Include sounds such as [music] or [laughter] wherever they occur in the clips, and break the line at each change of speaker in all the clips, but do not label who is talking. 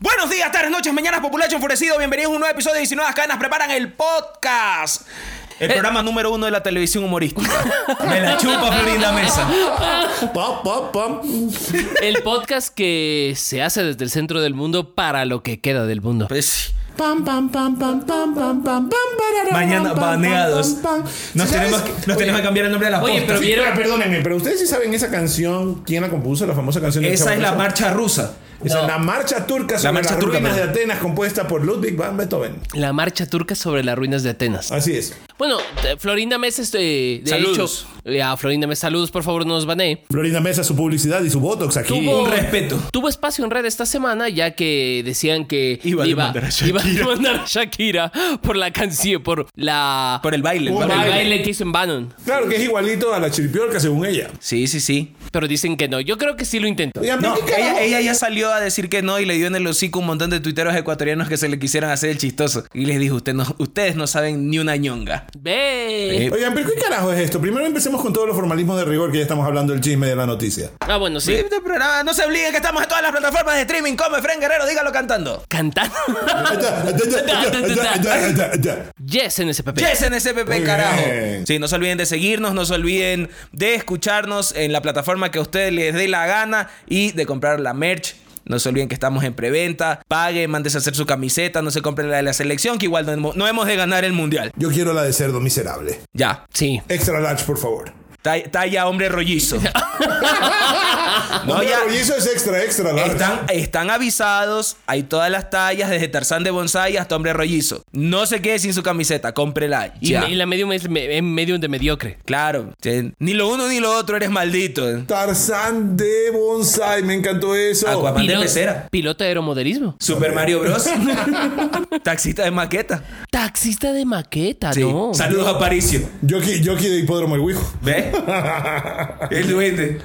Buenos días, tardes, noches, mañanas, populacho enfurecido. Bienvenidos a un nuevo episodio de 19 Cadenas. Preparan el podcast. El programa número uno de la televisión humorística. Eh. [laughs] Me la chupa Florinda Mesa.
El podcast que se hace desde el centro del mundo para lo que queda del mundo.
Pues Mañana baneados. Nos tenemos, que, nos tenemos que cambiar el nombre de la
Oye,
podcast.
pero vieron.
Pero perdónenme, pero ustedes sí saben esa canción, quién la compuso, la famosa canción de
Esa es la
marcha.
marcha rusa.
Esa es la marcha turca sobre
marcha
las
turca,
ruinas de
perdón.
Atenas compuesta por Ludwig van Beethoven.
La marcha turca sobre las ruinas de Atenas.
Así es.
Bueno, te- Florinda Mesa, este, de
Saludos.
hecho, eh, a Florinda Mesa, saludos, por favor, no nos banee.
Florinda Mesa, su publicidad y su botox aquí.
Tuvo-
Un respeto.
Tuvo espacio en red esta semana, ya que decían que
Iba a demandar a
iba a
Shakira.
demandar a Shakira por la canción, por la.
Por el baile.
por el
baile.
baile que hizo en Bannon.
Claro que es igualito a la chiripiorca según ella.
Sí, sí, sí.
Pero dicen que no. Yo creo que sí lo intentó.
Oigan,
No,
¿pero qué
ella,
carajo?
ella ya salió a decir que no y le dio en el hocico un montón de tuiteros ecuatorianos que se le quisieron hacer el chistoso. Y les dijo, "Usted no- ustedes no saben ni una ñonga.
Ve.
Oigan, pero ¿qué carajo es esto? Primero empecemos con todos los formalismos de rigor que ya estamos hablando del chisme de la noticia.
Ah, bueno, sí.
Este programa, no se obliguen que estamos en todas las plataformas de streaming. Come, Fren Guerrero, dígalo cantando. [laughs]
Cantando. yes en ese papel.
Yes, NSPP,
Muy
carajo.
bien.
Sí, no se olviden de seguirnos, no se olviden de escucharnos en la plataforma que a ustedes les dé la gana y de comprar la merch. No se olviden que estamos en preventa. Pague, mándese a hacer su camiseta, no se compre la de la selección, que igual no hemos, no hemos de ganar el mundial.
Yo quiero la de cerdo miserable.
Ya.
Sí.
Extra large, por favor.
Ta- Talla
[laughs]
hombre rollizo.
No,
No, Ah, ya.
pero, y eso es extra, extra large.
Están, están avisados, hay todas las tallas, desde Tarzán de Bonsai hasta Hombre Rollizo. No se quede sin su camiseta, cómprela
Y,
ya.
y la medium es me- es medium de mediocre.
Claro, eh, ni lo uno ni lo otro eres maldito.
Tarzán de Bonsai, me encantó eso.
Aquaman. Mande pecera.
piloto de aeromodelismo.
Super
[laughs]
Mario Bros. Taxista de maqueta.
Taxista de maqueta,
Sí.
Ah, ¿no?
Saludos a Paricio.
Yoki, Yoki de Hipódromo El Huijo. [laughs]
¿Ve?
[laughs]
El duende.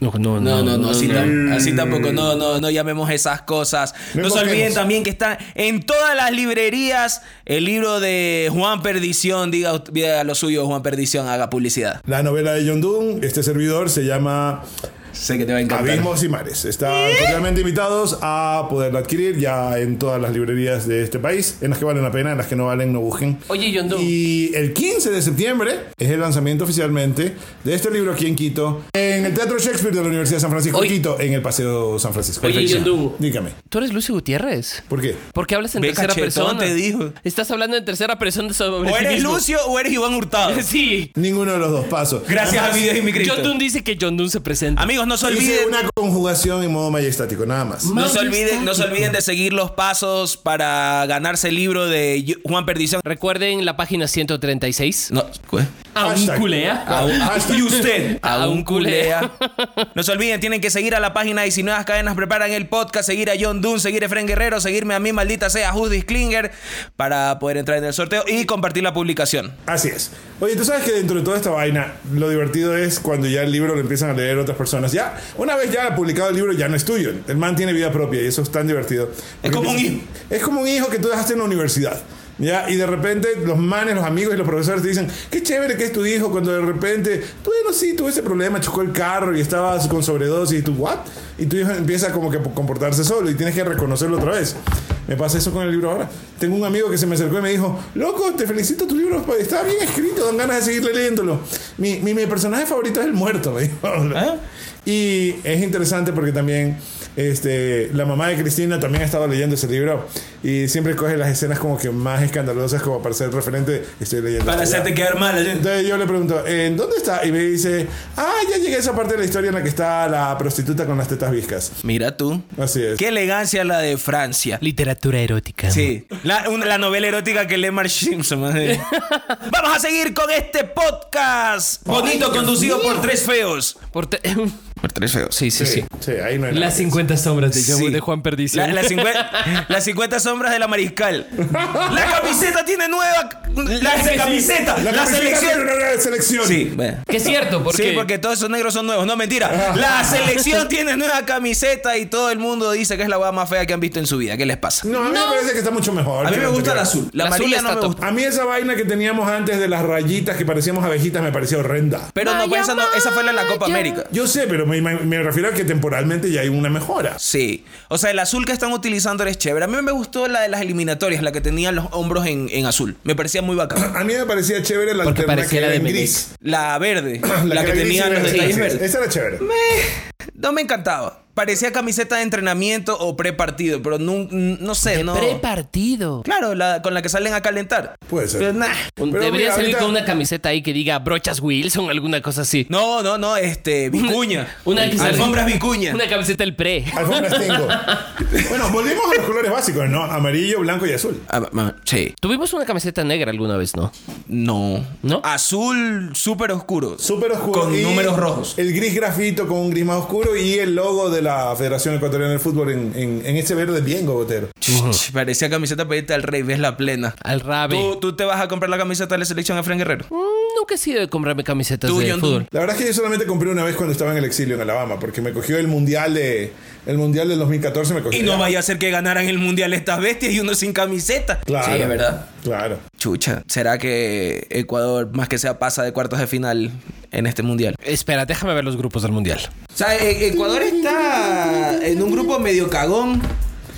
No, no,
No, no, no, así, tam- así tampoco, no, no, no llamemos esas cosas.
No
No se
invoquemos.
olviden también que está en todas las librerías el libro de Juan Perdición, diga, ut- diga lo suyo Juan Perdición, haga publicidad.
La novela de John Doon, este servidor se llama
Sé que te va a encantar.
Abismos y Mares. Están totalmente invitados a poderla adquirir ya en todas las librerías de este país, en las que valen la pena, en las que no valen, no busquen.
Oye, John Doe.
Y el 15 de septiembre es el lanzamiento oficialmente de este libro aquí en Quito, en el Teatro Shakespeare de la Universidad de San Francisco de
Oye.
Quito, en el Paseo San Francisco.
Oye,
Perfecto.
John Doe.
Dígame,
Tú eres Lucio Gutiérrez.
¿por qué?
¿Por qué hablas en
Ve
tercera
cachetón,
persona?
te dijo.
Estás hablando en tercera persona sobre
O
sí
eres
mismo.
Lucio o eres Iván Hurtado.
[laughs] Sí.
Ninguno de los dos pasos.
[laughs] Gracias a mi Dios y mi
John
Cristo.
Doon dice que John Doon se presenta.
Amigos, no se
Hice
olviden.
una conjugación en modo majestático, nada más.
No se, olviden, no se olviden de seguir los pasos para ganarse el libro de Yu- Juan Perdición.
Recuerden la página 136.
No, pues. ¿qué?
Aún
Hashtag.
culea.
Aún-
Hashtag. [laughs]
y usted
Aún culea.
[laughs] No se olviden, tienen que seguir a la página 19 Cadenas Preparan el Podcast, seguir a John Doon, seguir a Efren Guerrero, seguirme a mí, maldita sea, Judith Klinger, para poder entrar en el sorteo y compartir la publicación.
Así es. Oye, tú sabes que dentro de toda esta vaina, lo divertido es cuando ya el libro lo empiezan a leer otras personas. Ya, una vez ya publicado el libro, ya no es tuyo. El man tiene vida propia y eso es tan divertido. Porque
como un
empieza-
hijo.
Es como un hijo que tú dejaste en la universidad. Ya, y de repente los manes, los amigos y los profesores te dicen, qué chévere que es tu hijo, cuando de repente, tú no sí, tuve ese problema, chocó el carro y estabas con sobredosis y tú, ¿what? Y tu hijo empieza como que a comportarse solo y tienes que reconocerlo otra vez. Me pasa eso con el libro ahora. Tengo un amigo que se me acercó y me dijo, loco, te felicito, tu libro pues, está bien escrito, dan ganas de seguir leyéndolo. Mi, mi, mi personaje favorito es el muerto, me dijo. Y es interesante porque también este, la mamá de Cristina también ha estado leyendo ese libro y siempre coge las escenas como que más escandalosas como para ser referente. Estoy leyendo. esto ya.
quedar mal.
Entonces yo le pregunto, ¿en dónde está? Y me dice, ah, ya llegué a esa parte de la historia en la que está la prostituta con las tetas viscas.
Mira tú.
Así es.
Qué elegancia la de Francia.
Literatura erótica.
Sí, la, una- la novela erótica que lee Marge Simpson. madre. Vamos a seguir con este podcast bonito conducido por tres feos.
Por te-
Tres feos. [laughs] Sí, sí, sí.
Sí, ahí no hay nada.
Las 50 sombras de,
Sí.
de Juan
La-
Perdición.
las, 50, las 50 sombras de la mariscal. La camiseta tiene nueva. La,
sí, sí.
camiseta. La,
camiseta
selección.
de la selección.
Sí, bueno.
[laughs] Que es cierto, porque...
Sí, porque todos esos negros son nuevos. No, mentira. La selección tiene nueva camiseta y todo el mundo dice que es la hueá más fea que han visto en su vida. ¿Qué les pasa?
No, a mí me parece que está mucho mejor.
A mí
que
me
la
gusta el
anterior.
azul. La
La azul
amarilla
está
no me
top.
gusta.
A mí esa vaina que teníamos antes de las rayitas que parecíamos abejitas me pareció horrenda.
Pero no, pues esa, no- esa fue la, la Copa América.
Yo sé, pero me, me- me refiero a que temporalmente ya hay una mejora.
Sí. O sea, el azul que están utilizando es chévere. A mí me gustó la de las eliminatorias, la que tenía los hombros en, en azul. Me parecía muy bacana.
A mí me parecía chévere la
Porque
alterna
parecía
que
la
era
de
en
Menec.
gris.
La verde, la,
era
que,
gris
tenía
y
los
verde.
detalles
Sí, sí,
verdes.
Esa era chévere.
No me encantaba. Parecía camiseta de entrenamiento o prepartido, pero no, no sé, no.
Prepartido.
Claro, la, con la que salen a calentar.
Puede ser.
Pero nah.
Un-
Pero
Debería
mira,
salir
ahorita-
con una camiseta ahí que diga brochas Wilson, alguna cosa así.
No, no, no, este, Vicuña.
Una que sale-
Alfombras Vicuña.
Una camiseta del pre.
Alfombras tengo. bueno, volvemos a los colores básicos, ¿no? Amarillo, blanco y azul.
Ah, ma- sí.
Tuvimos una camiseta negra alguna vez, ¿no?
No.
¿No?
Azul súper oscuro.
Súper oscuro.
Con
y [laughs]
números rojos.
El gris grafito con un gris más oscuro y el logo de la Federación Ecuatoriana del Fútbol en, en, en ese verde bien gogotero.
Ch, Parecía camiseta pedita al rey, ves la plena.
Al Rabe.
¿Tú, tú te vas a comprar la camiseta de la selección de Fran Guerrero.
Mm, Nunca he sido de comprarme camisetas
Tú,
de
John
fútbol.
La verdad es que yo solamente compré una vez cuando estaba en el exilio en Alabama, porque me cogió el mundial de el mundial del 2014 me cogió.
Y no
allá.
vaya a ser que ganaran el mundial estas bestias y uno sin camiseta.
Claro.
Sí, es verdad.
Claro.
Chucha, ¿será que Ecuador más que sea pasa de cuartos de final en este mundial?
Espera, déjame ver los grupos del mundial.
O sea, e- Ecuador está en un grupo medio cagón.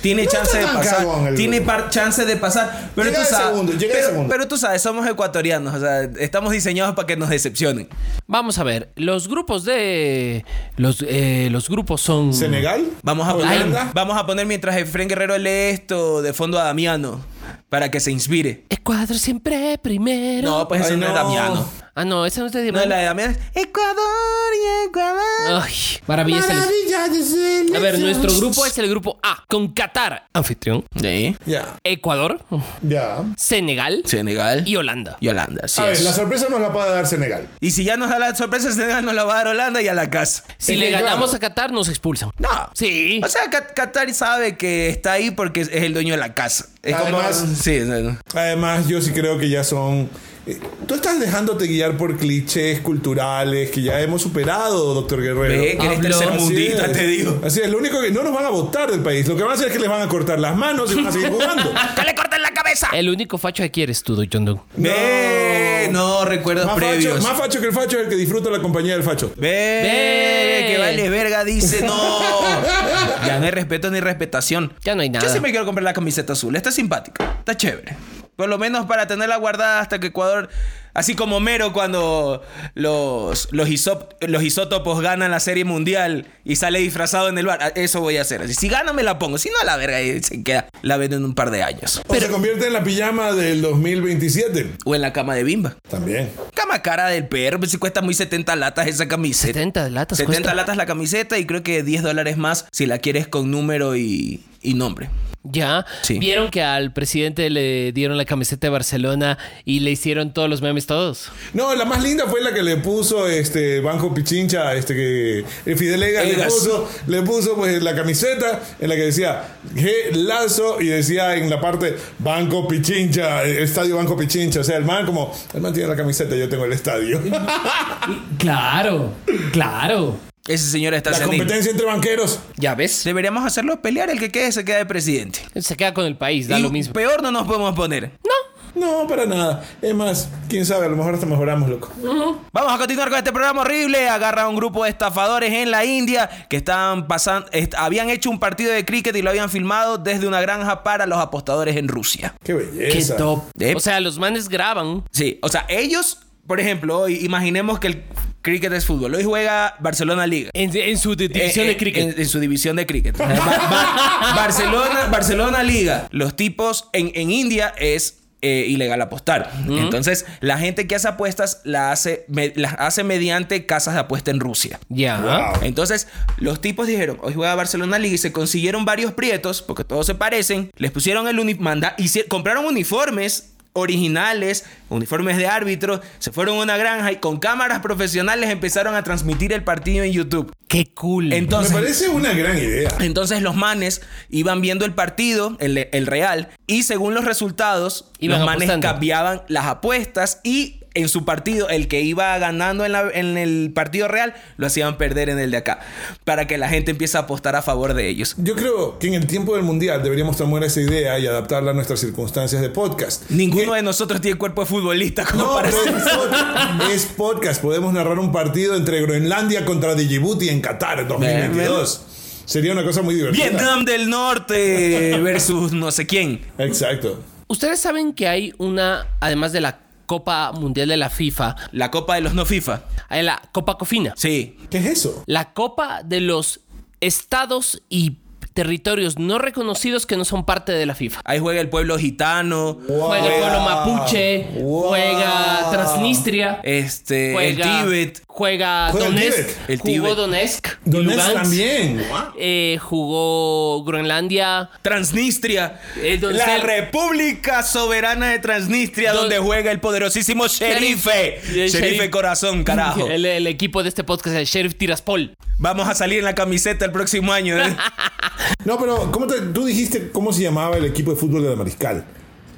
Tiene chance
está
de
tan cagón
pasar.
el
Tiene par- chance de pasar. Pero
Llega
tú
de
sabes.
segundo, llega de
pero,
segundo.
pero tú sabes, somos ecuatorianos. O sea, estamos diseñados para que nos decepcionen.
Vamos a ver, los grupos de. Los, eh, los grupos son.
Senegal.
Vamos a, poner,
Holanda.
vamos a poner mientras Efraín Guerrero lee esto de fondo a Damiano para que se inspire.
Ecuador siempre primero.
No, pues eso
Ay,
no, es
no.
Damiano.
Ah, no, esa no es de
No,
Diamante.
la de Damiano es Ecuador y Ecuador.
Ay, maravillas.
de
A ver, nuestro grupo es el grupo A, con Qatar, anfitrión,
Sí.
Ya.
Ecuador,
Ya.
Senegal
Senegal
y Holanda.
y Holanda. Así
A ver,
es.
la sorpresa nos la puede dar Senegal.
Y si ya nos da la sorpresa, Senegal nos la va a dar Holanda y a la casa.
Si
Sí,
le
claro.
ganamos a Qatar, nos expulsan.
No.
Sí.
O sea, Cat- Qatar sabe que está ahí porque es es el dueño de la casa. Es
Además-
como. Sí, no, no.
Además, yo sí creo que ya son. eh, Tú estás dejándote guiar por clichés culturales que ya hemos superado, doctor Guerrero.
Ve que eres
Pablo,
tercermundista,
Así es.
te digo.
Así es, lo único que no nos van a votar del país. Lo que van a hacer es que les van a cortar las manos y van a seguir jugando.
¡Ah, ¡Que le corten la cabeza!
El único facho aquí eres tú, John Doe.
[laughs] Ve, Eh, no, recuerdos
Más facho,
previos.
más facho que el facho es el que disfruta la compañía del facho.
Ve,
Ve.
que vale verga, dice no. [laughs] ya no hay respeto ni respetación.
Ya no hay nada.
Yo sí me quiero comprar la camiseta azul. Está simpática, está chévere. Por lo menos para tenerla guardada hasta que Ecuador, así como Mero cuando los, los, isop- los isótopos ganan la serie mundial y sale disfrazado en el bar. Ah, Eso voy a hacer. Así, si gano me la pongo, si no a la verga y se queda. La vendo en un par de años.
O se convierte en la pijama del 2027.
O en la cama de Bimba.
También.
Cama cara del perro, pues si cuesta muy 70 latas esa camiseta.
70 latas.
70
Pues cuesta.
latas la camiseta y creo que 10 dólares más si la quieres con número y, y nombre.
Ya.
Sí.
Vieron que al presidente le dieron la camiseta de Barcelona y le hicieron todos los memes todos.
No, la más linda fue la que le puso este Banco Pichincha, este que eh, Fidel Egas le
Egas.
puso, le puso pues la camiseta en la que decía G Lazo y decía en la parte Banco Pichincha, eh, Estadio Banco Pichincha, o sea, el man como el man tiene la camiseta, yo tengo el estadio.
Claro, claro.
Ese señor está
la
senil.
competencia entre banqueros.
Ya ves.
Deberíamos hacerlo pelear. El que quede se queda de presidente.
Se queda con el país, da
Y
lo mismo.
Peor no nos podemos poner.
No, para nada. Es más, quién sabe, a lo mejor hasta mejoramos, loco.
Vamos a continuar con este programa horrible. Agarra a un grupo de estafadores en la India que estaban pasando, habían hecho un partido de cricket y lo habían filmado desde una granja para los apostadores en Rusia.
Qué
Qué
belleza.
top.
Eh.
O sea, los manes graban.
Sí, o sea, ellos, por ejemplo, hoy imaginemos que el cricket es fútbol. Hoy juega Barcelona Liga.
En, en su di- división
Eh, eh,
de cricket.
En, en su división de cricket. Ba- ba- Barcelona, Barcelona Liga. Los tipos en, en India es eh, ilegal apostar. Entonces, la gente que hace apuestas la hace, me- las hace mediante casas de apuesta en Rusia.
ya.
Entonces, los tipos dijeron, hoy juega Barcelona Liga y se consiguieron varios prietos, porque todos se parecen, les pusieron el uniforme, compraron uniformes originales, uniformes de árbitro, se fueron a una granja y con cámaras profesionales empezaron a transmitir el partido en YouTube.
Qué cool.
Me
Entonces,
parece una gran idea.
entonces los manes iban viendo el partido, el, el real, y según los resultados,
Iban
los manes
apostando.
cambiaban las apuestas y en su partido, el que iba ganando en, la- en el partido real, lo hacían perder en el de acá, para que la gente empiece a apostar a favor de ellos.
Yo creo que en el tiempo del mundial deberíamos tomar esa idea y adaptarla a nuestras circunstancias de podcast.
Ninguno de nosotros tiene cuerpo de futbolista como
No,
para
pero
hacer-
es, pod- es podcast. Podemos narrar un partido entre Groenlandia contra Djibouti en Qatar 2022. Sería una cosa muy divertida.
Vietnam del Norte versus no sé quién.
Exacto.
Ustedes saben que hay una, además de la Copa Mundial de la FIFA,
La Copa de los No FIFA.
hay la Copa Cofina.
Sí.
¿Qué es eso?
La Copa de los estados y territorios no reconocidos que no son parte de la FIFA.
Ahí juega el pueblo gitano.
Juega el pueblo mapuche,
Wow.
juega Transnistria,
Este.
juega
El Tíbet.
Juega
Juega el
Donetsk,
Tíbet.
El
jugó
Tíbet.
Donetsk,
Donetsk
Lugansk,
también.
eh, jugó Groenlandia,
Transnistria.
Eh, donde
la
está el-
República Soberana de Transnistria,
Don-
donde juega el poderosísimo Sherife.
Sheriff. Y el
Sherife
Sheriff.
Corazón, carajo.
[laughs] el, el equipo de este podcast, el Sheriff Tiraspol.
Vamos a salir en la camiseta el próximo año.
[laughs]
¿eh?
No, pero ¿cómo te- tú dijiste cómo se llamaba el equipo de fútbol de la Mariscal?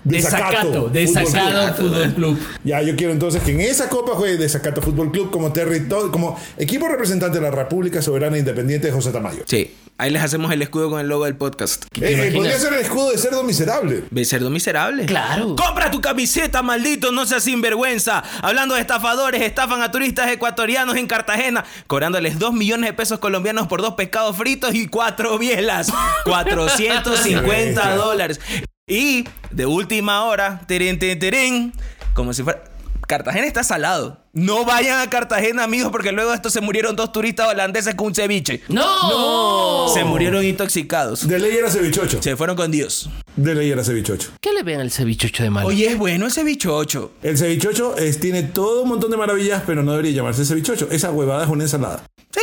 Desacato,
Fútbol
desacado
Club.
Fútbol Club.
Ya, yo quiero entonces que en esa copa juegue Desacato Fútbol Club como territorio, como equipo representante de la República Soberana Independiente de José Tamayo.
Sí. Ahí les hacemos el escudo con el logo del podcast.
Eh, eh,
imaginas?
podría ser el escudo de cerdo miserable.
Cerdo miserable.
Claro.
Compra tu camiseta, maldito, no seas sinvergüenza. Hablando de estafadores, estafan a turistas ecuatorianos en Cartagena, cobrándoles 2 millones de pesos colombianos por dos pescados fritos y cuatro bielas. 450 dólares. Y de última hora, teren, teren, teren, como si fuera... Cartagena está salado. No vayan a Cartagena, amigos, porque luego de esto se murieron dos turistas holandeses con un ceviche.
¡No!
Se murieron intoxicados.
De ley era cevichocho.
Se fueron con Dios.
De ley era cevichocho.
¿Qué le ven al cevichocho de malo?
Oye, es bueno ese bichocho.
El cevichocho es- tiene todo un montón de maravillas, pero no debería llamarse cevichocho. Esa huevada es una ensalada.
Sí.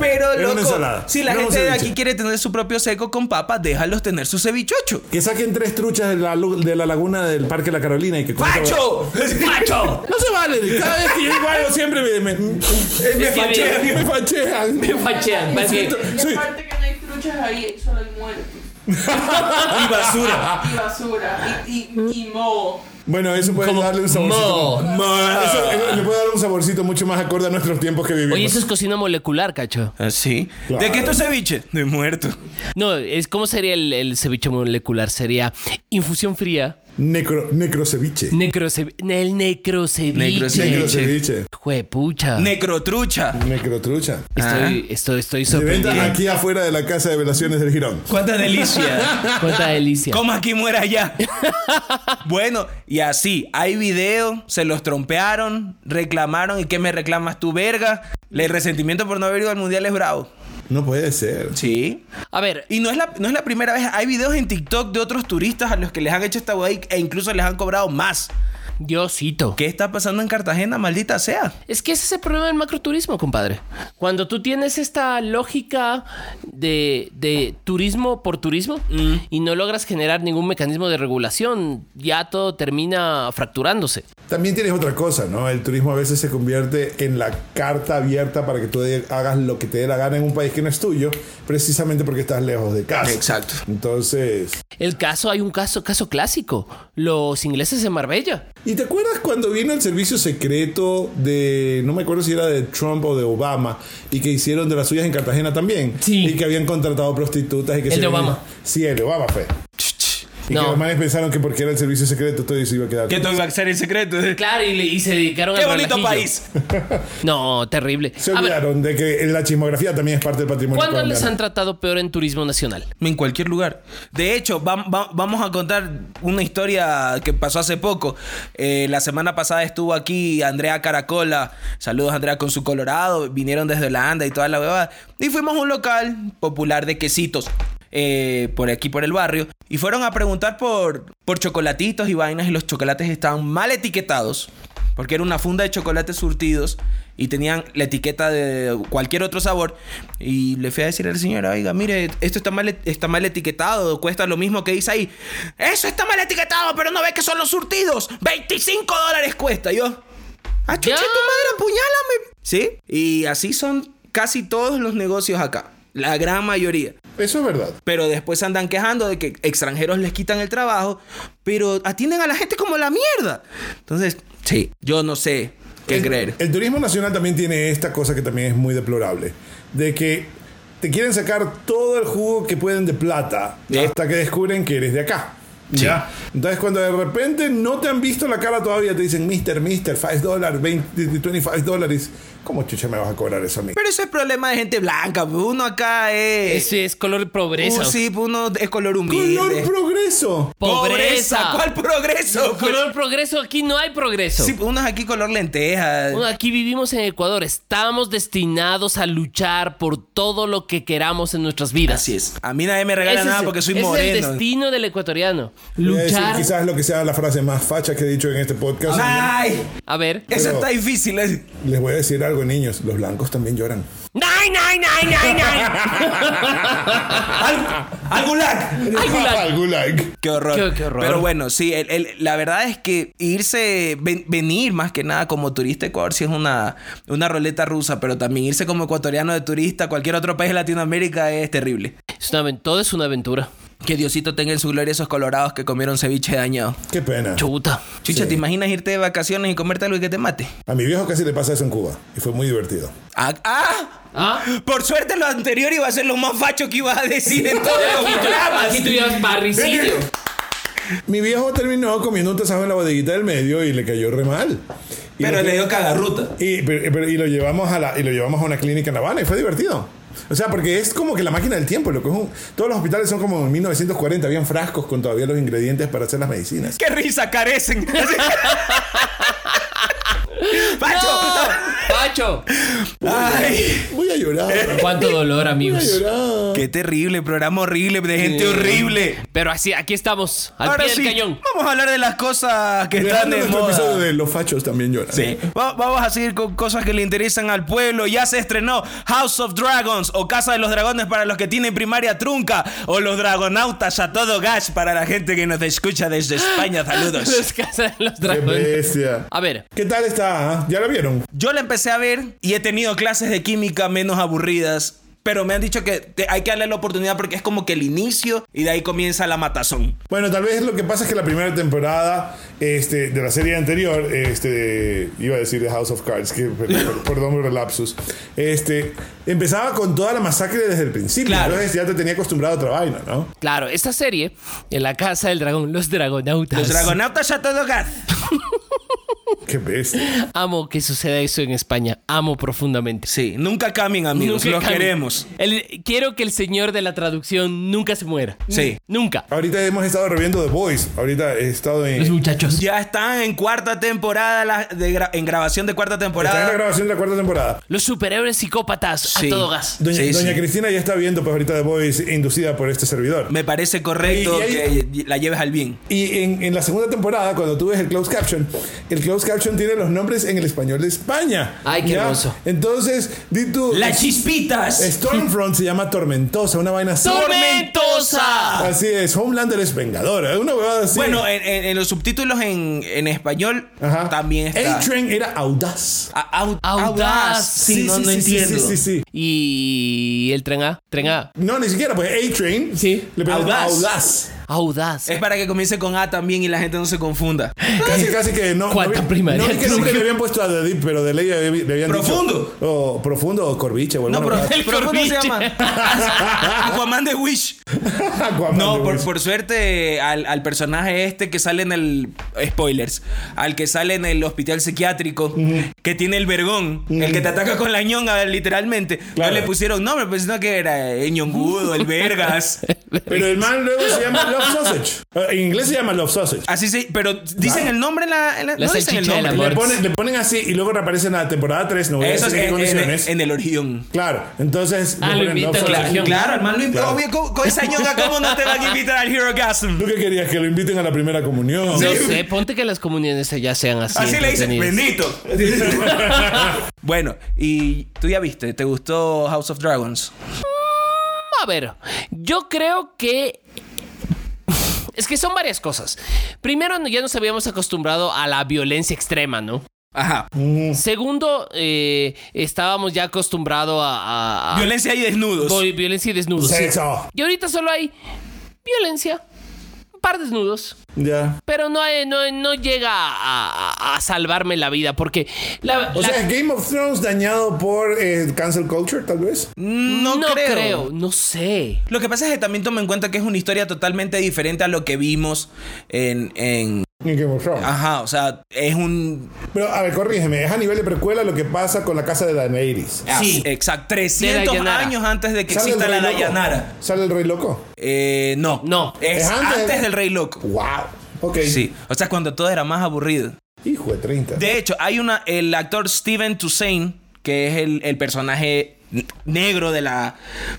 Pero
Es una
loco,
ensalada.
si la
No un
gente de
ceviche.
aquí quiere tener su propio seco con papa, déjalos tener su cevichocho.
Que saquen tres truchas de la, lu- de la laguna del Parque La Carolina y que... con esa
¡Pacho! ¡Pacho!
No se vale. Cada vez que yo digo algo siempre me, me, me, me fachean, me fachean.
Me fachean,
Me
parece que-
siento-
Y
soy-
aparte que no hay truchas ahí, solo hay muertos.
[laughs] Y basura.
Y basura. Y, y, y moho.
Bueno, eso puede darle un saborcito.
Mo.
Eso, eh, le puede dar un saborcito mucho más acorde a nuestros tiempos que vivimos.
Oye, eso es cocina molecular, cacho.
¿Así?
Claro.
Ah, ¿De qué es tu ceviche? De muerto.
No, es ¿cómo sería el, el ceviche molecular? Sería infusión fría,
Necro, necroceviche.
necroceviche, el necroceviche.
Necroceviche.
Necroceviche. Ah.
Juepucha.
Necrotrucha.
Necrotrucha.
Ah.
estoy, estoy, estoy
Se vendan
sorprendido.
aquí afuera de la casa de velaciones del Girón. [laughs]
¡Cuánta delicia!
Cuánta
[laughs]
delicia.
Coma aquí, muera allá. Bueno, y así, hay video, se los trompearon, reclamaron, ¿y qué me reclamas tú, verga? El resentimiento por no haber ido al mundial es bravo.
No puede ser.
Sí.
A ver,
Y no es, la, no es la primera vez. Hay videos en TikTok de otros turistas a los que les han hecho esta guay e incluso les han cobrado más.
Diosito.
¿Qué está pasando en Cartagena, maldita sea?
Es que ese es el problema del macroturismo, compadre. Cuando tú tienes esta lógica de, de turismo por turismo y no logras generar ningún mecanismo de regulación, ya todo termina fracturándose.
También tienes otra cosa, ¿no? El turismo a veces se convierte en la carta abierta para que tú de- hagas lo que te dé la gana en un país que no es tuyo, precisamente porque estás lejos de casa.
Exacto.
Entonces,
El caso, hay un caso, caso clásico. Los ingleses en Marbella.
¿Y te acuerdas cuando vino el servicio secreto de, no me acuerdo si era de Trump o de Obama, y que hicieron de las suyas en Cartagena también?
Sí.
Y que habían contratado prostitutas y que
El
se
de
habían-
Obama.
Sí, el de Obama fue. Y que
No.
los manes pensaron que porque era el servicio secreto todo eso iba a quedar.
Que todo iba a ser el secreto.
Claro, y, le- y se dedicaron
¡Qué
al
bonito
relajillo.
país!
No, terrible.
Se
A ver,
olvidaron de que la chismografía también es parte del patrimonio
¿cuándo les
colombiano.
han tratado peor en turismo nacional?
En cualquier lugar. De hecho, vam- va- vamos a contar una historia que pasó hace poco. Eh, la semana pasada estuvo aquí Andrea Caracola. Saludos, Andrea, con su Colorado. Vinieron desde Holanda y toda la huevada. Y fuimos a un local popular de quesitos. eh, por aquí, por el barrio. Y fueron a preguntar por, por chocolatitos y vainas. Y los chocolates estaban mal etiquetados. porque era una funda de chocolates surtidos y tenían la etiqueta de cualquier otro sabor. Y le fui a decir al señor, oiga, mire, esto está mal, está mal etiquetado, cuesta lo mismo que dice ahí. Eso está mal etiquetado, pero no ve que son los surtidos. 25 dólares cuesta. Y yo, ¡ah, chucha,
Ya.
tu madre, apuñálame! ¿Sí? Y así son casi todos los negocios acá. La gran mayoría.
Eso es verdad.
Pero después se andan quejando de que extranjeros les quitan el trabajo, pero atienden a la gente como la mierda. Entonces, sí, yo no sé qué
el,
creer.
El turismo nacional también tiene esta cosa que también es muy deplorable. De que te quieren sacar todo el jugo que pueden de plata
Sí.
hasta que descubren que eres de acá. ¿Ya? Entonces cuando de repente no te han visto la cara todavía, te dicen, Mister, Mister, 5 dólares, 20, 25 dólares. ¿Cómo chucha me vas a cobrar eso a mí?
Pero eso es problema de gente blanca. pues, Uno acá es.
Ese es color
Uh,
progreso.
sí, pues, uno es color humilde.
¡Color progreso!
Pobreza.
¿Cuál progreso?
Color progreso, aquí no hay progreso.
Sí, uno es aquí color lenteja.
Bueno, Aquí vivimos en Ecuador, estamos destinados a luchar por todo lo que queramos en nuestras vidas.
Así es. A mí nadie me regala
Ese es
nada
el-
porque soy
ese es el
moreno.
destino del ecuatoriano.
Voy a decir
Luchar.
quizás lo que sea la frase más facha que he dicho en este podcast.
Ay,
A ver.
eso
Pero-
está difícil. es-
Les voy a decir algo, niños. Los blancos también lloran.
¡Nay, nay, nay, nay,
[laughs]
nay!
Al- al gulag.
¡Ay, Gulag!
Algo like.
Qué horror.
Qué- qué horror.
Pero bueno, sí, el- el- la verdad es que irse, ven- venir más que nada como turista a Ecuador sí es una, una ruleta rusa, pero también irse como ecuatoriano de turista a cualquier otro país de Latinoamérica es terrible.
Es una aven- todo es una aventura.
Que Diosito tenga en su gloria esos colorados que comieron ceviche dañado.
Qué pena.
Chuta.
Chucha, ¿te imaginas irte de vacaciones y comerte algo y que te mate?
A mi viejo casi le pasa eso en Cuba. Y fue muy divertido.
¡Ah! ah.
¿Ah?
Por suerte lo anterior iba a ser lo más facho que ibas a decir en todos
[laughs]
los programas.
Aquí tú llevas parricidio.
Mi viejo terminó comiendo un tasajo en la bodeguita del medio y le cayó re mal. Y
Pero
lo-
le dio cagarruta.
y, pero- eh, pero- y lo llevamos a la, y lo llevamos a una clínica en La Habana y fue divertido. O sea, porque es como que la máquina del tiempo, lo que es un- todos los hospitales son como en 1940, habían frascos con todavía los ingredientes para hacer las medicinas.
¡Qué risa
[laughs]
carecen! ¡Facho!
¡Pacho!
¡Ay! Eh.
Voy a llorar.
Cuánto dolor,
Voy a
amigos.
llorar.
Qué terrible, programa horrible, de gente horrible.
Pero así, aquí estamos, al
Ahora
pie del
sí, [laughs]
cañón.
vamos a hablar de las cosas que están
Dejando
de
nuestro episodio
moda.
de los fachos también lloran.
Sí. Va- vamos a seguir con cosas que le interesan al pueblo. Ya se estrenó House of Dragons o Casa de los Dragones para los que tienen primaria trunca o los Dragonautas a todo gas para la gente que nos escucha desde España. Saludos.
[laughs] Los cazan los
Qué
dragones.
bestia.
A ver,
¿Qué tal está? ah? ¿Ya la vieron?
Yo la empecé a ver y he tenido clases de química menos aburridas. Pero me han dicho que te- hay que darle la oportunidad porque es como que el inicio y de ahí comienza la matazón.
Bueno, tal vez lo que pasa es que la primera temporada este, de la serie anterior, este, iba a decir de House of Cards, que,
[laughs]
per- per- perdón mi relapsus, este, empezaba con toda la masacre desde el principio.
Claro.
Entonces ya te tenía acostumbrado a otra vaina, ¿no?
claro, esta serie, en la casa del dragón, los dragonautas.
Los Dragonautas a todo gas.
Qué bestia.
Amo que suceda eso en España. Amo profundamente.
Sí, nunca cambien amigos,
Nunca
los
cambie.
queremos.
El- quiero que el señor de la traducción nunca se muera.
Sí.
Nunca.
Ahorita hemos estado reviendo The Boys. Ahorita he estado en,
Los
está
muchachos.
Ya están en cuarta temporada, la- de gra- en grabación de cuarta
en la
temporada.
grabación de la cuarta temporada.
Los superhéroes psicópatas
Sí.
a todo gas.
Doña,
Sí,
Doña
sí.
Cristina ya está viendo pues ahorita The Boys inducida por este servidor.
Me parece correcto
Y- y ahí-
que la lleves al bien.
Y en, en la segunda temporada, cuando tú ves el closed caption, el closed caption tiene los nombres en el español de España.
Ay, qué hermoso.
Entonces, di tú.
¡Las chispitas!
Stormfront se llama Tormentosa, una vaina así.
¡Tormentosa!
Así es, Homelander es Vengadora, una huevada así.
Bueno, en, en- en los subtítulos en, en español
Ajá.
también está.
A-Train era audaz.
A- au-
Audaz.
Sí,
Sí,
no,
sí,
no
sí, sí,
entiendo.
Sí, sí, sí.
Y el tren A. Tren A.
No, ni siquiera, pues A-Train.
Sí.
Le ponen
Audaz.
audaz.
Audaz.
Es para que comience con A también y la gente no se confunda.
Casi, casi que no.
¿Cuánta
no vi-
primaria?
No vi que nunca le habían puesto a The Deep, pero de ley le habían- le habían
Profundo.
dicho- O profundo o corviche o alguna
No, pero,
huevada.
El
pero ¿cómo se
corviche.
llama? Aquaman de Wish. [laughs]
[laughs] Aquaman de
No, por,
Wish.
por suerte al, al personaje este que sale en el... Spoilers. Al que sale en el hospital psiquiátrico, que tiene el vergón, el que te ataca con la ñonga literalmente.
Claro.
pues,
[laughs]
No le pusieron nombre, pero sino que era el ñongudo, el vergas.
Pero el man luego se llama Love Sausage. Eh, En inglés se llama Love Sausage.
Así sí, pero dicen el nombre en la. en la-
La
no dicen el
salchicha de la
nombre.
Le
Lord.
ponen, le ponen así y luego reaparece en la temporada 3. No voy a
Eso es
decir en qué
en, en-
condiciones.
en el origen.
claro, entonces.
Ah,
le
lo
ponen
invitan,
Love
claro.
Sausage.
Claro, hermano,
Claro.
obvio, con, con esa ñonga, ¿cómo no te van a invitar al Hero Gasm?
¿Tú qué querías? Que lo inviten a la primera comunión.
No sé, ponte que las comuniones ya sean así.
Así le dicen,
entretenidas.
bendito. bueno, y tú ya viste, ¿te gustó House of Dragons?
A ver, yo creo que. Es que son varias cosas. Primero, no- ya nos habíamos acostumbrado a la violencia extrema, ¿no?
Ajá.
Segundo, eh, estábamos ya acostumbrados a, a- a-
Violencia y desnudos.
Voy- violencia y desnudos.
Sexo.
Y ahorita solo hay violencia, un par de desnudos.
Ya.
Pero no, hay- no, no llega a, a- a salvarme la vida, porque la,
O
la-
sea, Game of Thrones dañado por eh, cancel culture, tal vez.
No, creo.
no sé.
Lo que pasa es que también toma en cuenta que es una historia totalmente diferente a lo que vimos en. en
En Game of Thrones.
ajá, o sea, es un.
Pero, a ver, corrígeme. Es a nivel de precuela lo que pasa con la casa de Daenerys.
Sí.
Ah, Exacto. 300
Dayanara.
años antes de que
¿Sale el
exista la
Rey Loco?
Dayanara.
¿Sale el rey loco?
Eh, no.
No.
Es,
Es
antes,
antes-
del Rey Loco.
Wow. Ok.
Sí. O sea, cuando todo era más aburrido.
Hijo de 30.
De hecho, hay una. El actor Steven Toussaint, que es el, el personaje n- negro de la,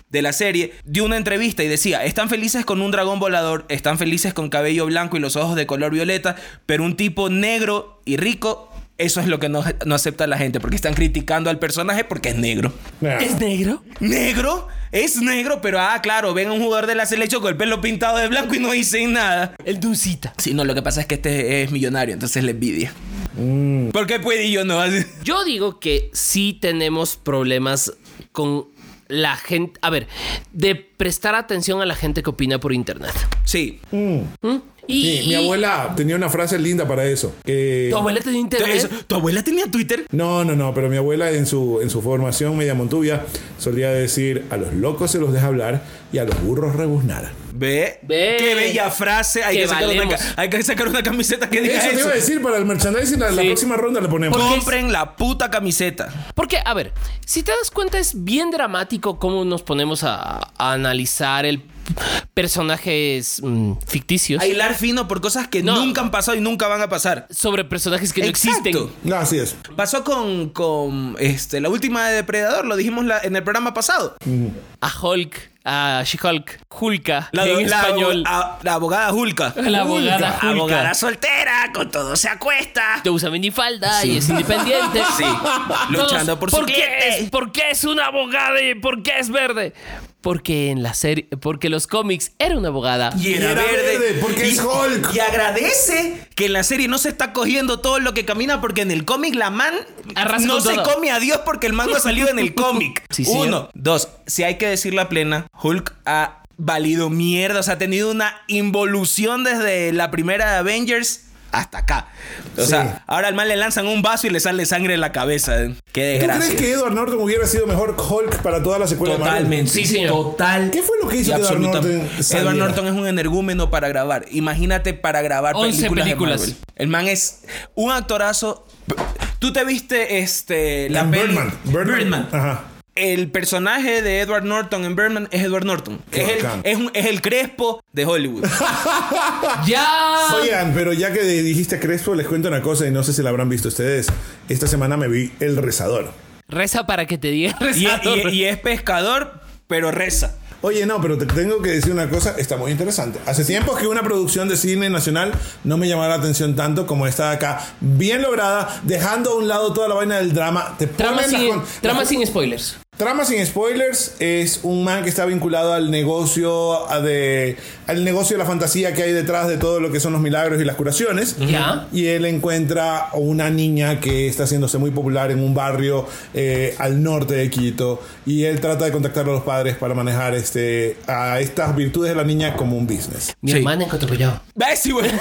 de la serie, dio una entrevista y decía: Están felices con un dragón volador, están felices con cabello blanco y los ojos de color violeta, pero un tipo negro y rico. Eso es lo que no, no acepta la gente, porque están criticando al personaje porque es negro.
Nah.
negro?
¿Negro? Es negro, pero ah, claro, ven a un jugador de la selección con el pelo pintado de blanco y no dicen nada.
El Duncita.
Sí, no, lo que pasa es que este es millonario, entonces le envidia. ¿Por qué puede y yo no? Así-
Yo digo que sí tenemos problemas con la gente. A ver, de prestar atención a la gente que opina por internet.
Sí.
¿Mm? Y,
Sí,
y-
mi abuela tenía una frase linda para eso. que-
¿Tu abuela tenía internet?
Eso, ¿Tu abuela tenía Twitter?
No, no, no, pero mi abuela en su, en su formación media montubia solía decir, a los locos se los deja hablar y a los burros rebuznar.
Ve.
Ve.
Qué bella frase. Hay
Que
que, sacar una,
valemos.
ca- hay que sacar una camiseta que diga
Eso te
eso.
iba a decir para el merchandising, la, la
Sí.
próxima ronda le ponemos.
Porque-
Compren la puta camiseta.
Porque, a ver, si te das cuenta, es bien dramático cómo nos ponemos a, a analizar el personajes mm, ficticios
A hilar fino por cosas que
No.
nunca han pasado y nunca van a pasar.
sobre personajes que no
Exacto.
existen.
No, así es.
Pasó con, con este, la última de Depredador, lo dijimos la- en el programa pasado.
A Hulk, a She-Hulk, Hulka,
La,
en
la-
español.
a- la abogada Julka.
La abogada Julka.
Abogada soltera, con todo se acuesta.
te usa minifalda y es independiente.
Sí. Luchando por su
qué
cliente.
es, ¿Por qué es una abogada y por qué es verde? Porque en la serie, porque los cómics era una abogada.
Y era,
era
verde.
verde, porque
y,
es Hulk.
Y agradece que en la serie no se está cogiendo todo lo que camina, porque en el cómic la man
Arrasa
no
con
se
todo.
come a Dios porque el man no ha salido en
[laughs]
el cómic.
Sí, sí.
Uno. Dos. Si hay que decir la plena, Hulk ha valido mierda. O sea, ha tenido una involución desde la primera de Avengers. Hasta acá. O sea, ahora al man le lanzan un vaso y le sale sangre en la cabeza.
¿Tú
Qué desgracia.
crees que Edward Norton hubiera sido mejor Hulk para toda la secuela de Marvel?
Totalmente.
Sí, señor.
Total.
¿Qué fue lo que hizo
y
que Edward
absolutamente.
Norton saliera?
Edward Norton es un energúmeno para grabar. Imagínate para grabar
11
películas. de
películas.
Marvel. El man es un actorazo. Tú te viste este la
En
peli
Birdman. Birdman. Ah.
Birdman.
Ajá.
El personaje de Edward Norton en Birdman es Edward Norton.
Qué
Es el,
bacán.
es, un- es el Crespo
[laughs]
de Hollywood.
Ya.
Ah.
Oigan, pero ya que dijiste Crespo, les cuento una cosa y no sé si la habrán visto ustedes. Esta semana me vi El Rezador.
Reza para que te diga.
y,
rezador.
y- y es pescador, pero reza.
Oye, no, pero te tengo que decir una cosa, está muy interesante. Hace tiempo que una producción de cine nacional no me llamaba la atención tanto como esta de acá, bien lograda, dejando a un lado toda la vaina del drama. Te
Trama
ponen las
sin,
con-
trama
las-
sin spoilers.
Trama sin spoilers es un man que está vinculado al negocio a de al negocio de la fantasía que hay detrás de todo lo que son los milagros y las curaciones.
Ya.
Y él encuentra a una niña que está haciéndose muy popular en un barrio eh, al norte de Quito y él trata de contactar a los padres para manejar este a estas virtudes de la niña como un business.
Mi
Sí.
hermana en Cotocollao.
Ay, sí, [laughs] güey.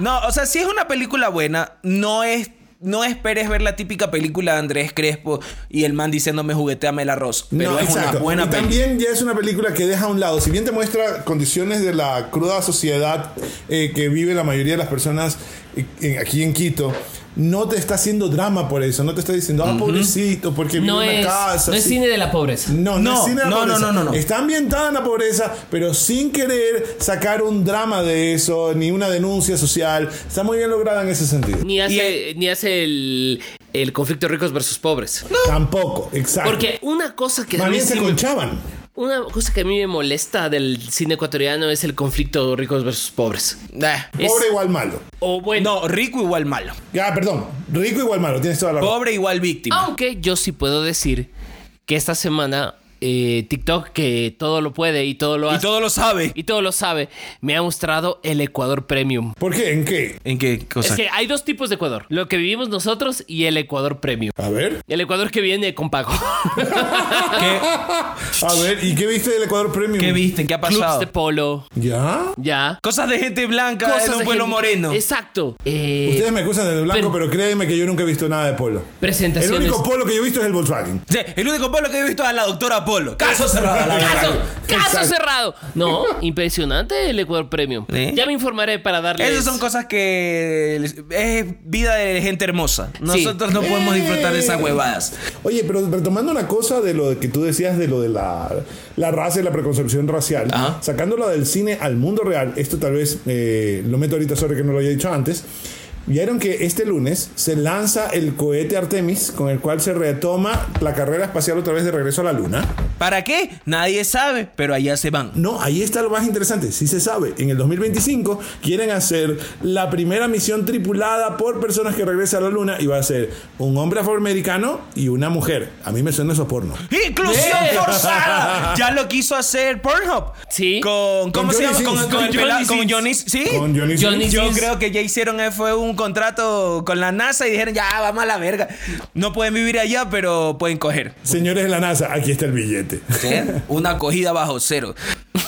no, o sea, si es una película buena, no es. No esperes ver la típica película de Andrés Crespo y el man diciéndome jugueteame el arroz. Pero es una buena
y
película.
también ya es una película que deja a un lado, si bien te muestra condiciones de la cruda sociedad eh, que vive la mayoría de las personas eh, en- aquí en Quito, no te está haciendo drama por eso, no te está diciendo, ah, pobrecito, porque
No
vive en
es,
una casa.
no es
sí.
cine de la pobreza.
No, no,
No,
es cine de la
no, no,
pobreza.
no, no, no.
Está ambientada en la pobreza, pero sin querer sacar un drama de eso, ni una denuncia social. Está muy bien lograda en ese sentido.
Ni hace, ni hace el, el conflicto ricos versus pobres.
Tampoco, exacto.
Porque una cosa que a
Más
mí
bien se
sí me-
conchaban.
una cosa que a mí me molesta del cine ecuatoriano es el conflicto ricos versus pobres.
Ah,
Es-
Pobre igual malo.
o bueno,
no, rico igual malo.
Ah, perdón. Rico igual malo, tienes toda la razón.
Pobre igual víctima.
aunque yo sí puedo decir que esta semana eh, TikTok, que todo lo puede y todo lo
Y
hace
todo lo sabe.
Ah, y todo lo sabe, me ha mostrado el Ecuador Premium.
¿Por qué? ¿En qué?
¿En qué cosa?
Es que hay dos tipos de Ecuador, lo que vivimos nosotros y el Ecuador Premium.
A ver.
El Ecuador que viene con
[laughs]
pago.
A ver, ¿y qué viste del Ecuador Premium?
¿Qué viste? ¿Qué ha
Clubs
pasado?
de polo,
¿Ya?
ya.
Cosas de gente blanca en un
de
pueblo
gente-
moreno.
Exacto. Eh,
Ustedes me acusan del blanco,
pero-
pero, créanme que yo nunca he visto nada de polo. El
Presentaciones.
único polo que yo he visto es el Volkswagen.
Sí, el único pueblo que he visto es a la doctora Polo. Caso cerrado. la verdad.
Caso, caso
Exacto.
cerrado. No, impresionante el Ecuador Premium.
¿Eh?
Ya me informaré para darle.
Esas son cosas que es vida de gente hermosa. Nosotros no podemos disfrutar de esas huevadas.
Oye, pero retomando una cosa de lo que tú decías de lo de la, la raza y la preconcepción racial,
Ajá.
sacándola del cine al mundo real, esto tal vez eh, lo meto ahorita sobre que no lo había dicho antes. Vieron que este lunes se lanza el cohete Artemis, con el cual se retoma la carrera espacial otra vez de regreso a la Luna.
¿Para qué? Nadie sabe, pero allá se van.
No, ahí está lo más interesante. Si se sabe, en el 2025 quieren hacer la primera misión tripulada por personas que regresan a la luna y va a ser un hombre afroamericano y una mujer. A mí me suena eso a porno.
¡Inclusión
[laughs]
¡Eh!
forzada! Ya lo quiso hacer Pornhub.
Sí.
Con,
Con
¿cómo se
Johnny
llama? Con,
Sins.
con
Con
el pela-
Johnny
con
Sins.
Johnny Sins. Sí.
Con Johnny Sins.
Johnny
Yo
Sins.
creo que ya hicieron eh, fue un contrato con la NASA y dijeron, ya, vamos a la verga. No pueden vivir allá, pero pueden coger.
Señores de la NASA, aquí está el billete.
¿Eh? Una acogida bajo cero.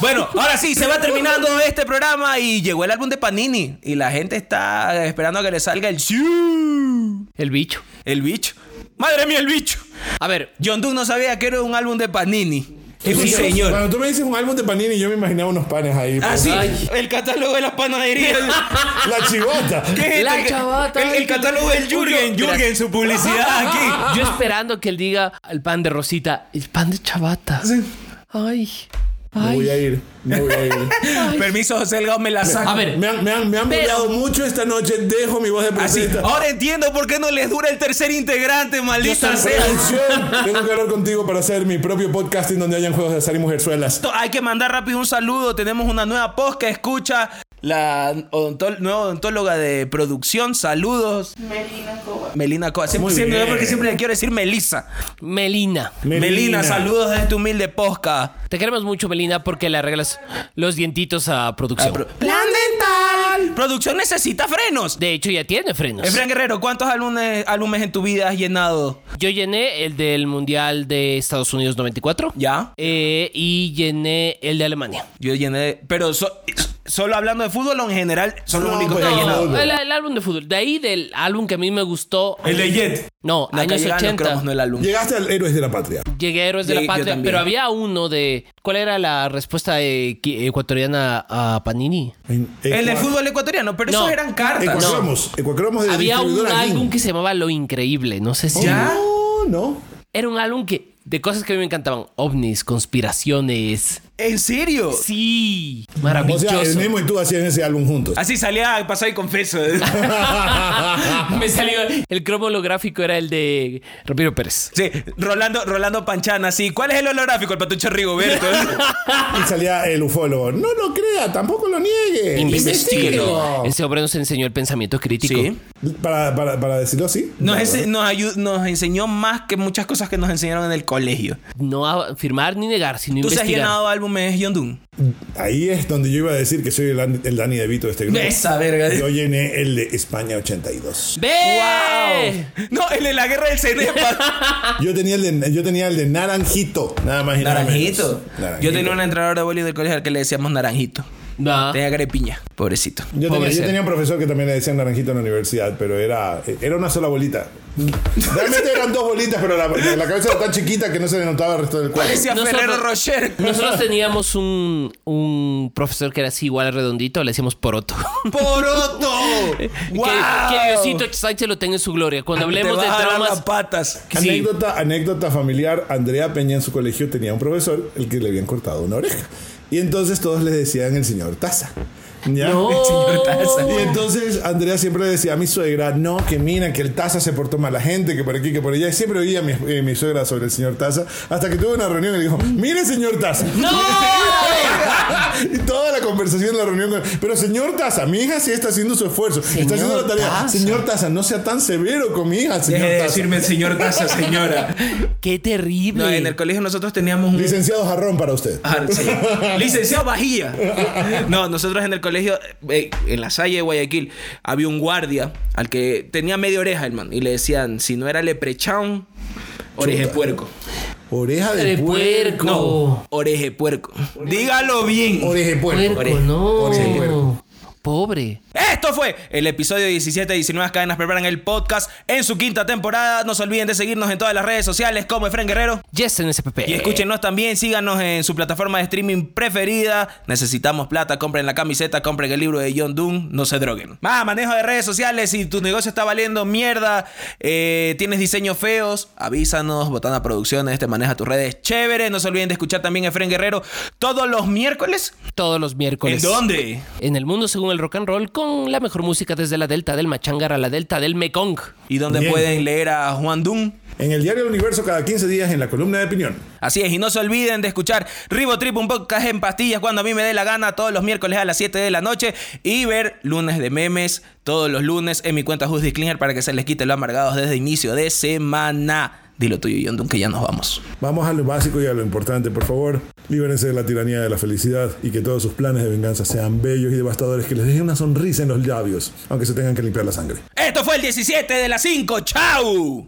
Bueno, ahora sí, se va terminando este programa y llegó el álbum de Panini. Y la gente está esperando a que le salga el siu,
El bicho.
El bicho. Madre mía, el bicho.
A ver,
John Doe no sabía que era un álbum de Panini. Sí,
Entonces,
señor.
Cuando tú me dices un álbum de Panini, yo me imaginaba unos panes ahí. pues,
Ah, sí.
Ay.
El catálogo de las panaderías.
La chivota.
[laughs] ¿Qué es
La
esto? Este El-
chavata.
El, el catálogo del Jürgen. Jürgen,
[laughs]
su publicidad aquí.
yo esperando que él diga el pan de Rosita, el pan de Chavata. Ay.
Me voy a
Ay.
ir. Me voy a ir.
[laughs]
Permiso, José Delgado, me la saco.
A ver,
Me han, me han, me han
Pero-
burlado mucho esta noche. Dejo mi voz de
Así.
presenta.
Ah, Ahora entiendo por qué no les dura el tercer integrante, maldita sea.
Producción,
[laughs]
Tengo que hablar contigo para hacer mi propio podcast en donde hayan juegos de azar y mujerzuelas.
Esto, Hay que mandar rápido un saludo. Tenemos una nueva post que escucha la odontol- nueva odontóloga de producción. Saludos,
Melina Coba.
Melina Coa. Siempre,
Muy
siempre-
bien.
porque siempre le quiero decir Melissa.
Melina.
Melina, saludos desde tu humilde posca.
Te queremos mucho, Melina, porque le arreglas los dientitos a
Ah,
producción.
¡Plan dental! Producción necesita frenos.
de hecho, ya tiene frenos.
Efraín Guerrero, ¿cuántos álbumes, álbumes en tu vida has llenado?
Yo llené el del Mundial de Estados Unidos 94.
¿Ya?
Eh, y llené el de Alemania.
Yo llené. Pero so- solo hablando de fútbol o en general, son los
No,
únicos que
pues,
has llenado.
No, el, el álbum de fútbol. De ahí del álbum que a mí me gustó.
El de Jet.
No,
La que
años
llegan los
80.
cromos, no el álbum.
Llegaste al Héroes de la Patria.
Llegué a Héroes
Sí,
de la
yo
Patria,
también.
pero había uno de... ¿Cuál era la respuesta eh, qui- ecuatoriana a Panini?
En-
El del
Ecua-
fútbol ecuatoriano, pero
No.
esos eran cartas.
Ecuacromos. Ecuacromos de
Había un
distribuidora
álbum
Yin.
que se llamaba Lo Increíble, no sé si...
¿Ya?
No, Oh, no.
Era un álbum que... De cosas que a mí me encantaban. Ovnis, conspiraciones.
¿En serio?
Sí.
O sea, el
Maravilloso.
Nemo y tú hacían ese álbum juntos.
Así salía, pasó y confeso.
[laughs] me salió... El cromo holográfico era el de Ramiro Pérez.
Sí, Rolando, Rolando Panchana, sí. ¿Cuál es el holográfico? El patucho Rigoberto.
Y salía el ufólogo. No lo crea, tampoco lo niegue.
Investíguelo.
Investíguelo.
Ese hombre nos enseñó el pensamiento crítico.
sí.
Para, para, para decirlo así.
Nos, ense- nos, ayu- nos enseñó más que muchas cosas que nos enseñaron en el colegio.
No afirmar ni negar, sino
¿Tú se has
investigar.
llenado álbumes, Yondun?
Ahí es donde yo iba a decir que soy el, An- el Dani DeVito de este grupo.
Esa verga.
Yo llené el de España 82.
¡Ve!
¡Wow! No, el de la guerra
[laughs]
del cerepa.
Yo tenía el de, yo tenía el de Naranjito. Nada más y nada menos.
Naranjito. Yo tenía un entrenador de voleibol del colegio al que le decíamos Naranjito.
Va.
Tenía cara de piña, pobrecito.
Yo tenía,
Pobre
yo
ser.
tenía un profesor que también le decían naranjito en la universidad, pero era, era una sola bolita. Realmente eran dos bolitas, pero la, la cabeza era tan chiquita que no se le notaba el resto del cuerpo.
Parecía
Nosotros-
Ferrero
[laughs]
Rocher.
Nosotros teníamos un, un profesor que era así igual redondito, le decíamos
[laughs]
poroto.
¡Poroto! ¡Wow!
Que, que Diosito Excite lo tenga en su gloria. Cuando hablemos
Te
de
va a jalar las
traumas.
patas.
Sí.
Anécdota, anécdota familiar, Andrea Peña en su colegio tenía un profesor el que le habían cortado una oreja. Y entonces todos le decían el señor Taza. ¿Ya?
No. Señor Taza.
Y entonces Andrea siempre le decía a mi suegra, no, que mira, que el Taza se portó mala gente, que por aquí, que por allá. Y siempre oía a mi, eh, mi suegra sobre el señor Taza. Hasta que tuve una reunión y le dijo, mire señor Taza. [laughs] y toda la conversación en la reunión con Pero señor Taza, mi hija sí está haciendo su esfuerzo. está haciendo la tarea.
Taza. Eh,
Señor Taza, no sea tan severo con mi hija, señor
Deje de
Taza.
decirme señor Taza,
[laughs]
señora.
¡Qué terrible!
No, en el colegio nosotros teníamos un...
Licenciado Jarrón para usted.
Ah, [laughs] sí. Licenciado Bajía. No, nosotros en el colegio, eh, en la Salle de Guayaquil, había un guardia al que tenía media oreja, hermano. Y le decían, si no era leprechaun, oreje puerco.
Oreja de
De
puerco.
puerco.
No, oreje puerco. Dígalo bien.
Oreja de puerco.
Puerco, no. Pobre.
Esto fue el episodio 17 de 19 Cadenas Preparan el Podcast en su quinta temporada. No se olviden de seguirnos en todas las redes sociales como Efren Guerrero.
Yes en SPP.
Y escúchenos también, síganos en su plataforma de streaming preferida. Necesitamos plata, compren la camiseta, compren el libro de John Doon, no se droguen. Más manejo de redes sociales, si tu negocio está valiendo mierda, eh, tienes diseños feos, avísanos, Botana Producciones, te maneja tus redes chévere. No se olviden de escuchar también a Efren Guerrero todos los miércoles.
Todos los miércoles.
¿En dónde?
En el mundo según el rock and roll con la mejor música desde la delta del Machangar a la delta del Mekong.
Y donde
Bien.
pueden leer a Juan Doon.
En el diario del universo cada 15 días en la columna de opinión.
Así es, y no se olviden de escuchar Ribotrip, un podcast en pastillas cuando a mí me dé la gana, todos los miércoles a las 7 de la noche, y ver lunes de memes todos los lunes en mi cuenta Justy Cleaner para que se les quite los amargados desde inicio de semana. Dilo tuyo, Yondun, que ya nos vamos.
Vamos a lo básico y a lo importante, por favor. Líbrense de la tiranía de la felicidad y que todos sus planes de venganza sean bellos y devastadores, que les dejen una sonrisa en los labios, aunque se tengan que limpiar la sangre.
Esto fue el 17 de las 5, ¡chau!